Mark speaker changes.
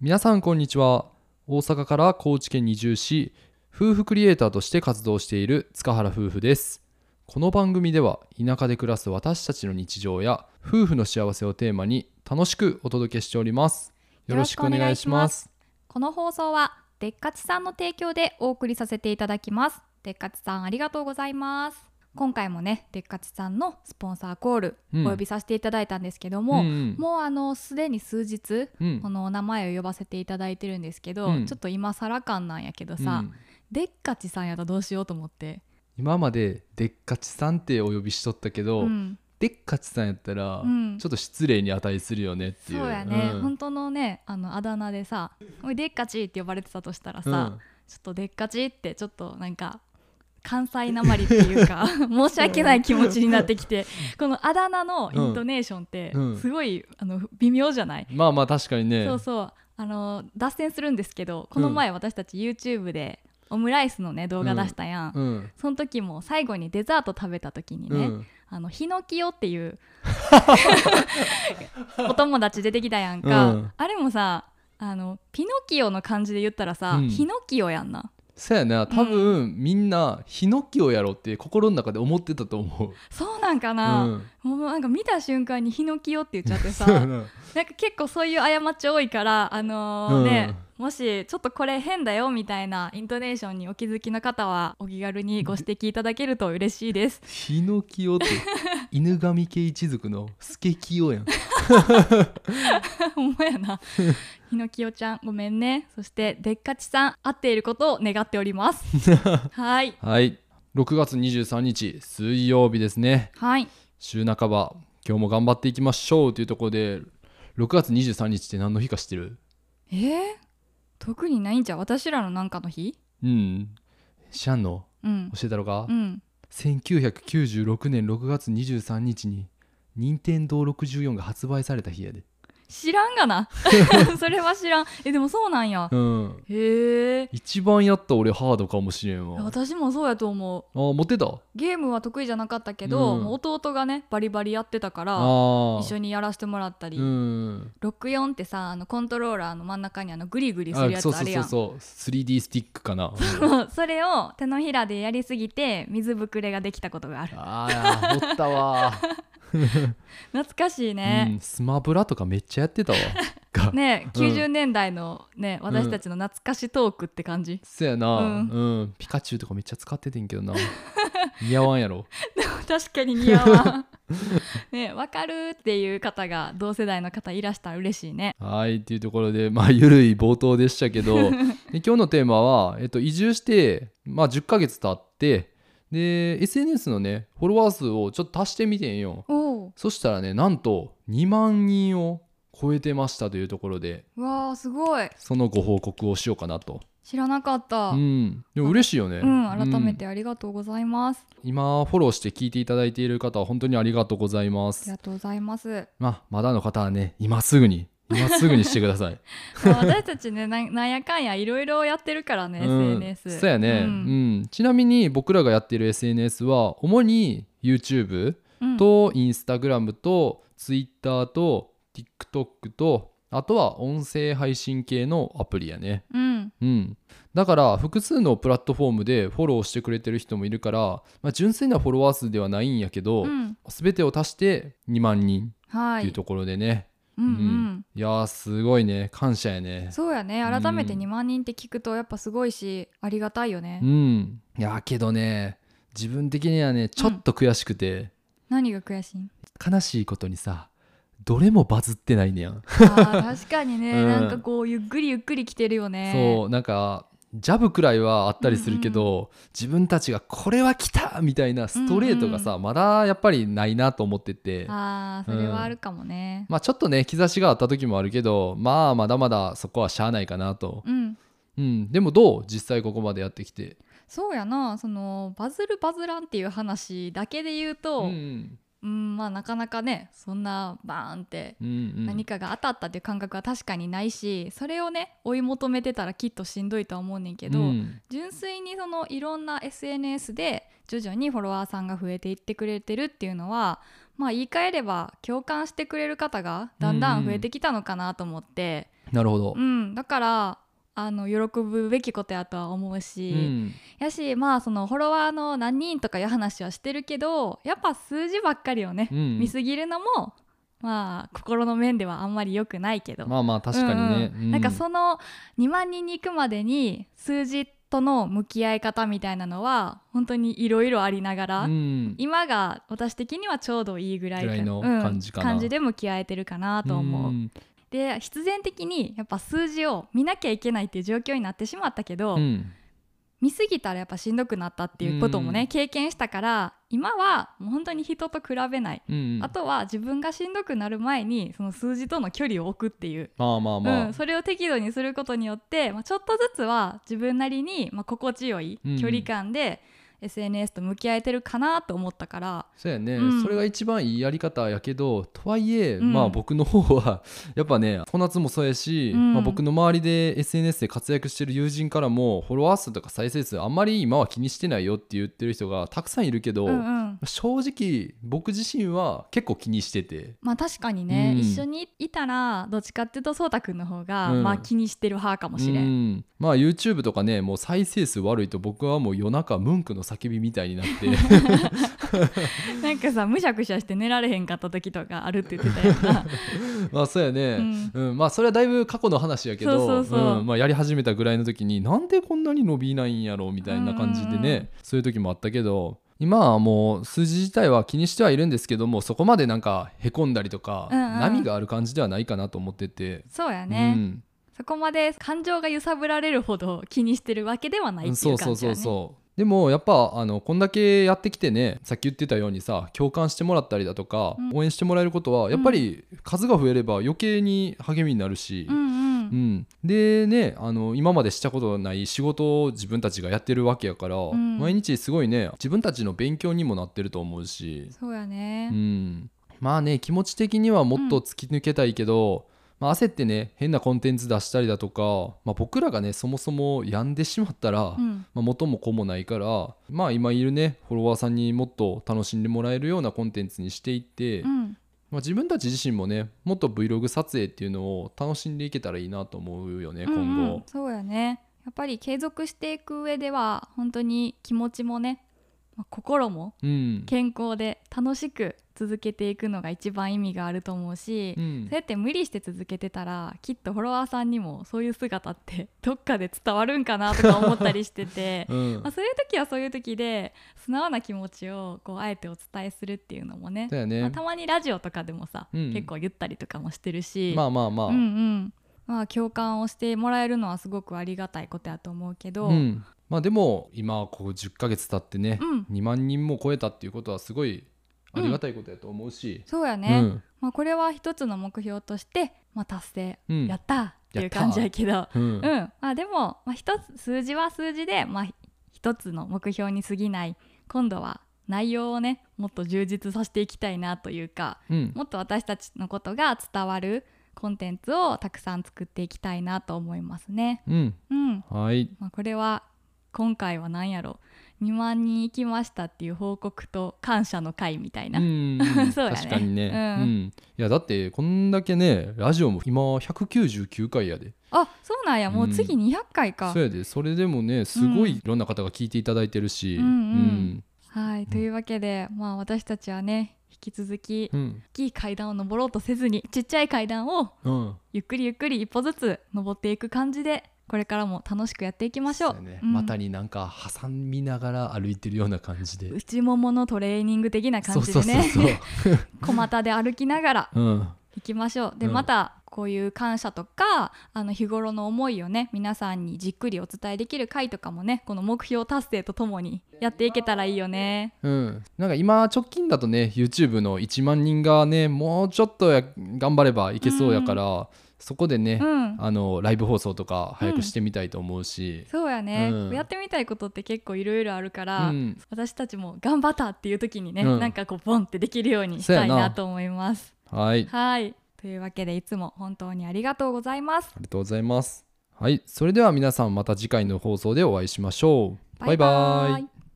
Speaker 1: 皆さんこんにちは大阪から高知県に移住し夫婦クリエイターとして活動している塚原夫婦ですこの番組では田舎で暮らす私たちの日常や夫婦の幸せをテーマに楽しくお届けしておりますよろしくお願いします
Speaker 2: この放送はでっかちさんの提供でお送りさせていただきますでっかちさんありがとうございます今回もねでっかちさんのスポンサーコール
Speaker 1: うん
Speaker 2: お呼びさせていただいたんですけども、
Speaker 1: ん
Speaker 2: もうあのすでに数日
Speaker 1: うんうん
Speaker 2: このお名前を呼ばせていただいてるんですけど、
Speaker 1: うん
Speaker 2: ちょっと今更感なんやけど
Speaker 1: う
Speaker 2: さ、
Speaker 1: ん
Speaker 2: でっかちさんやったらどうしようと思って、
Speaker 1: 今まででっかちさんってお呼びしとったけど、
Speaker 2: うん、
Speaker 1: でっかちさんやったら
Speaker 2: うん
Speaker 1: ちょっと失礼に値するよねっていう、
Speaker 2: そうやね、
Speaker 1: ん
Speaker 2: 本当のねあのあだ名でさ「おいでっかち」って呼ばれてたとしたらさ、
Speaker 1: うん
Speaker 2: ちょっとでっかちってちょっとなんか関西なまりっていうか 申し訳ない気持ちになってきてこのあだ名のイントネーションって
Speaker 1: うん
Speaker 2: すごい、あの微妙じゃない、
Speaker 1: まあまあ確かにね
Speaker 2: そうそうあの脱線するんですけどこの前私たち YouTube でオムライスのね動画出したやん、
Speaker 1: うん
Speaker 2: その時も最後にデザート食べた時にね、
Speaker 1: うん
Speaker 2: あのヒノキオっていう お友達出てきたやんか、
Speaker 1: うん
Speaker 2: あれもさあのピノキオの感じで言ったらさ、
Speaker 1: うん
Speaker 2: ヒノキオやんな
Speaker 1: そうやな多分、みんなヒノキをやろうって心の中で思ってたと思う。
Speaker 2: そうなんか
Speaker 1: う
Speaker 2: な、
Speaker 1: ん
Speaker 2: もうなんか見た瞬間にヒノキオって言っちゃ ってさ
Speaker 1: そうや
Speaker 2: なんか
Speaker 1: な
Speaker 2: 結構そういう過ち多いからあのー
Speaker 1: うん
Speaker 2: ねもしちょっとこれ変だよみたいなイントネーションにお気づきの方はお気軽にご指摘いただけると嬉しい です
Speaker 1: ヒノキをって犬神家一族のスケキヨやん。
Speaker 2: ほんまやなひのきよちゃんごめんねそしてでっかちさん会っていることを願っております はい
Speaker 1: はい6月23日水曜日ですね
Speaker 2: はい
Speaker 1: 週半ば今日も頑張っていきましょうというところで6月23日って何の日か知ってる
Speaker 2: えー、特にないんじゃう私らのなんかの日
Speaker 1: うん知らんの
Speaker 2: うん
Speaker 1: 教えたろか、
Speaker 2: うん
Speaker 1: 1996年6月23日に任天堂64が発売された日やで。
Speaker 2: 知らんがな それは知らんえでもそうなんや
Speaker 1: うん
Speaker 2: へえ
Speaker 1: 一番やった俺ハードかもしれんわ
Speaker 2: 私もそうやと思う
Speaker 1: あ持ってたあ
Speaker 2: ゲームは得意じゃなかったけど、
Speaker 1: うん
Speaker 2: もう弟がねバリバリやってたから
Speaker 1: あ
Speaker 2: 一緒
Speaker 1: に
Speaker 2: にやらせてもらったり、
Speaker 1: うん
Speaker 2: 64ってさあのコントローラーの真ん中にあのグリグリする
Speaker 1: あ
Speaker 2: や
Speaker 1: そう
Speaker 2: つあ
Speaker 1: そうそ
Speaker 2: るや
Speaker 1: うんそう 3D スティックか なうん
Speaker 2: それを手のひらでやりすぎて水ぶくれができたことがある
Speaker 1: あー持ったわ、
Speaker 2: 懐かしいうね、
Speaker 1: ん、スマブラとかめっちゃやってた わが、
Speaker 2: ね
Speaker 1: うん
Speaker 2: 90年代のね、
Speaker 1: ん
Speaker 2: 私たちの懐かしトークって感じ、
Speaker 1: そやな、う
Speaker 2: うんん
Speaker 1: ピカチュウとかめっちゃ使っててんけどな似合わんやろ
Speaker 2: 確かに似合わ んねわかるっていう方が同世代の方いらしたら嬉しいね
Speaker 1: はいっていうところでまあゆるい冒頭でしたけ どで今日のテーマは、えっと、移住して、まあ、10ヶ月経ってで SNS のねフォロワー数をちょっと足してみてんよ、
Speaker 2: おお
Speaker 1: そしたらねなんと2万人を超えてましたというところで
Speaker 2: わあすごい
Speaker 1: そのご報告をしようかなと
Speaker 2: 知らなかった、
Speaker 1: う
Speaker 2: うん
Speaker 1: んでも嬉しいよね
Speaker 2: 改めてありがとうございます、
Speaker 1: うん今フォローして聞いていただいている方は本当にありがとうございま
Speaker 2: あり
Speaker 1: す
Speaker 2: がとうございます
Speaker 1: まあまだの方はね今すぐに今すぐにしてくださ い
Speaker 2: まあ私たちねななんやかんやいろいろやってるからね、
Speaker 1: うん
Speaker 2: SNS
Speaker 1: そうやね、う
Speaker 2: うんん
Speaker 1: ちなみに僕らがやっている SNS は主に YouTube
Speaker 2: うん
Speaker 1: と Instagram と Twitter と TikTok とあとは音声配信系のアプリやね
Speaker 2: うん
Speaker 1: うん、だから複数のプラットフォームでフォローしてくれてる人もいるから、まあ、純粋なフォロワー数ではないんやけど、
Speaker 2: うん
Speaker 1: 全てを足して2万人っ
Speaker 2: は
Speaker 1: ていう
Speaker 2: い
Speaker 1: ところでね、
Speaker 2: うんう
Speaker 1: うんいやーすごいね感謝やね
Speaker 2: そうやね改めて
Speaker 1: うん
Speaker 2: 2万人って聞くとやっぱすごいしありがたいよね、
Speaker 1: うんいやーけどね自分的にはねちょっと悔しくて、
Speaker 2: 何が悔 しいん
Speaker 1: 悲しいことにさどれもバズってないねやん、
Speaker 2: あー確かにね、
Speaker 1: うん
Speaker 2: なんかこうゆっくりゆっくり来てるよね
Speaker 1: そうなんかジャブくらいはあったりするけど、自分たちがこれは来たみたいなストレートがさ、まだやっぱりないなと思ってて
Speaker 2: あーそれはあるかもね、
Speaker 1: まあちょっとね兆しがあった時もあるけどまあまだまだそこはしゃあないかなと、
Speaker 2: うん
Speaker 1: うん、でもどう実際ここまでやってきて
Speaker 2: そうやなそのバズるバズらんっていう話だけで言う
Speaker 1: う
Speaker 2: と、うん
Speaker 1: ん
Speaker 2: まあなかなかねそんなバーンって
Speaker 1: うんうん
Speaker 2: 何かが当たったっていう感覚は確かにないしそれをね追い求めてたらきっとしんどいとは思うねんけど、
Speaker 1: うん
Speaker 2: 純粋にそのいろんな SNS で徐々にフォロワーさんが増えていってくれてるっていうのはまあ言い換えれば共感してくれる方がだんだん増えてきたのかなと思って、
Speaker 1: なるほど
Speaker 2: う。ん、だからあの喜ぶべきことやとは思う
Speaker 1: う
Speaker 2: し、
Speaker 1: ん。
Speaker 2: やしまあそのフォロワーの何人とかいう話はしてるけどやっぱ数字ばっかりをね、
Speaker 1: うん
Speaker 2: 見すぎるのもまあ心の面ではあんまり良くないけど、
Speaker 1: まあまあ確かにね。
Speaker 2: う
Speaker 1: うん
Speaker 2: うんなんか
Speaker 1: う
Speaker 2: その2万人に行くまでに数字との向き合い方みたいなのは本当にいろいろありながら、
Speaker 1: ん
Speaker 2: 今が私的にはちょうどいいぐらい
Speaker 1: ぐらいの
Speaker 2: うん
Speaker 1: 感じかな
Speaker 2: 感じで向き合えてるかなと思う。
Speaker 1: ん
Speaker 2: で必然的にやっぱ数字を見なきゃいけないっていう状況になってしまったけど、
Speaker 1: うん。
Speaker 2: 見すぎたらやっぱしんどくなったっていうこともね、
Speaker 1: うん
Speaker 2: 経験したから今はもう本当に人と比べない、
Speaker 1: うん。
Speaker 2: あとは自分がしんどくなる前にその数字との距離を置くっていう、
Speaker 1: まあまあま
Speaker 2: う
Speaker 1: あ
Speaker 2: ん、。それを適度にすることによって、まあ、ちょっとずつは自分なりに、まあ、心地よい距離感で SNS と向き合えてるかなと思ったから、
Speaker 1: そうやね、
Speaker 2: うん
Speaker 1: それが一番いいやり方やけどとはいえ、
Speaker 2: うん
Speaker 1: まあ僕の方は やっぱね小夏もそうやし、
Speaker 2: うん
Speaker 1: まあ、僕の周りで SNS で活躍してる友人からもフォロワー数とか再生数あんまり今は気にしてないよって言ってる人がたくさんいるけど、
Speaker 2: うんうん
Speaker 1: 正直僕自身は結構気にしてて。
Speaker 2: まあ確かにね、
Speaker 1: うん
Speaker 2: 一緒にいたらどっちかっていうとそうたくんの方が、
Speaker 1: うん
Speaker 2: まあ気にしてる派かもしれ。
Speaker 1: うんんまあ YouTube とかねもう再生数悪いと僕はもう夜中ムンクの叫びみたいになって
Speaker 2: なんかさむしゃくしゃして寝られへんかった時とかあるって言ってたよな。
Speaker 1: まあ そうやね、うんまあそれはだいぶ過去の話やけど
Speaker 2: そうそうそうん
Speaker 1: まあ、やり始めたぐらいの時になんでこんなに伸びないんやろうみたいな感じでね、
Speaker 2: うんうん
Speaker 1: そういう時もあったけど今はもう数字自体は気にしてはいるんですけどもそこまでなんかへこんだりとか、
Speaker 2: うんうん
Speaker 1: 波がある感じではないかなと思ってて。
Speaker 2: そうやね、
Speaker 1: うん
Speaker 2: そこまで感情が揺さぶられるほど気にしてるわけではないって
Speaker 1: そ
Speaker 2: いうう
Speaker 1: そ
Speaker 2: 感
Speaker 1: う
Speaker 2: じ
Speaker 1: そ
Speaker 2: や
Speaker 1: う
Speaker 2: ね
Speaker 1: そうでもやっぱあのこんだけやってきてねさっき言ってたようにさ共感してもらったりだとか、
Speaker 2: うん
Speaker 1: 応援してもらえることはやっぱり数が増えれば余計に励みになるし、
Speaker 2: うんう
Speaker 1: うんん、でねあの今までしたことない仕事を自分たちがやってるわけやから、
Speaker 2: ん
Speaker 1: 毎日すごいね自分たちの勉強にもなってると思うし、
Speaker 2: そうや
Speaker 1: う
Speaker 2: ね、
Speaker 1: ん、まあね気持ち的にはもっと突き抜けたいけど、まあ、焦ってね変なコンテンツ出したりだとか、まあ、僕らがねそもそも病んでしまったら、
Speaker 2: うん
Speaker 1: まあ、元も子もないからまあ今いるねフォロワーさんにもっと楽しんでもらえるようなコンテンツにしていって、
Speaker 2: うん
Speaker 1: まあ、自分たち自身もねもっと Vlog 撮影っていうのを楽しんでいけたらいいなと思うよね今後、
Speaker 2: うんうんそうやねやっぱり継続していく上では本当に気持ちもねまあ心も
Speaker 1: うん
Speaker 2: 健康で楽しく続けていくのが一番意味があると思うし、
Speaker 1: うん
Speaker 2: そうやって無理して続けてたらきっとフォロワーさんにもそういう姿って どっかで伝わるんかなとか思ったりしてて
Speaker 1: うん
Speaker 2: まあ、そういう時はそういう時で素直な気持ちをこうあえてお伝えするっていうのもね
Speaker 1: だよ
Speaker 2: まあ
Speaker 1: ね
Speaker 2: たまにラジオとかでもさ、
Speaker 1: うん
Speaker 2: 結構言ったりとかもしてるし、
Speaker 1: まあまあまあ、
Speaker 2: うんうんまあ、共感をしてもらえるのはすごくありがたいことやと思うけど、
Speaker 1: うんまあでも今こう10ヶ月経ってね、
Speaker 2: うん
Speaker 1: 2万人も超えたっていうことはすごいありがたいことやと思うし、
Speaker 2: そうや
Speaker 1: うん
Speaker 2: ね、まあ、これは一つの目標として、まあ、達成、
Speaker 1: うん
Speaker 2: やったーってい
Speaker 1: や
Speaker 2: う
Speaker 1: ったー
Speaker 2: 感じやけど、
Speaker 1: うん
Speaker 2: うんまあ、でも、まあ、一つ数字は数字で、まあ、ひ一つの目標に過ぎない今度は内容をねもっと充実させていきたいなというか、
Speaker 1: うん
Speaker 2: もっと私たちのことが伝わるコンテンツをたくさん作っていきたいなと思いますね。
Speaker 1: うん
Speaker 2: うん、
Speaker 1: はい
Speaker 2: まあ、これは今回は何やろ2万人行きましたっていう報告と感謝の会みたいな。
Speaker 1: うん
Speaker 2: そうやね
Speaker 1: 確かにね、
Speaker 2: うん
Speaker 1: いやだってこんだけねラジオも今199回やで
Speaker 2: あそうなんやもう次
Speaker 1: う
Speaker 2: 200回か。
Speaker 1: そうやでそれでもねすごいいろんな方が聞いていただいてるし、
Speaker 2: うんはいというわけで、まあ、私たちはね引き続き
Speaker 1: うんうん
Speaker 2: 大きい階段を登ろうとせずにちっちゃい階段を
Speaker 1: うん
Speaker 2: ゆっくりゆっくり一歩ずつ登っていく感じでこれからも楽しくやっていきましょう。
Speaker 1: そうやね
Speaker 2: うん
Speaker 1: 股になんか挟みながら歩いてるような感じで。
Speaker 2: 内もものトレーニング的な
Speaker 1: そ
Speaker 2: 感
Speaker 1: う
Speaker 2: じ
Speaker 1: そう
Speaker 2: で
Speaker 1: そう
Speaker 2: ね
Speaker 1: そう。
Speaker 2: 小股で歩きながら
Speaker 1: うん。
Speaker 2: 行きましょうで、
Speaker 1: うん
Speaker 2: またこういう感謝とかあの日頃の思いをね皆さんにじっくりお伝えできる回とかもねこの目標達成とともにやっていけたらいいよね
Speaker 1: うん、なんか今直近だとね YouTube の1万人がねもうちょっとや頑張ればいけそうやから、そこでね、
Speaker 2: うん
Speaker 1: あのライブ放送とか早くしてみたいと思うし、
Speaker 2: そうやね、
Speaker 1: うん
Speaker 2: やってみたいことって結構いろいろあるか
Speaker 1: う
Speaker 2: ら、
Speaker 1: ん
Speaker 2: 私たちも頑張ったっていう時にね、
Speaker 1: うん
Speaker 2: なんかこうボンってできるようにしたい
Speaker 1: そうやな
Speaker 2: なと思います
Speaker 1: はいあ
Speaker 2: はいというわけでいつも本当にありがとうございます
Speaker 1: りがとうございます。はい、それでは皆さんまた次回の放送でお会いしましょう。バイバイ
Speaker 2: イ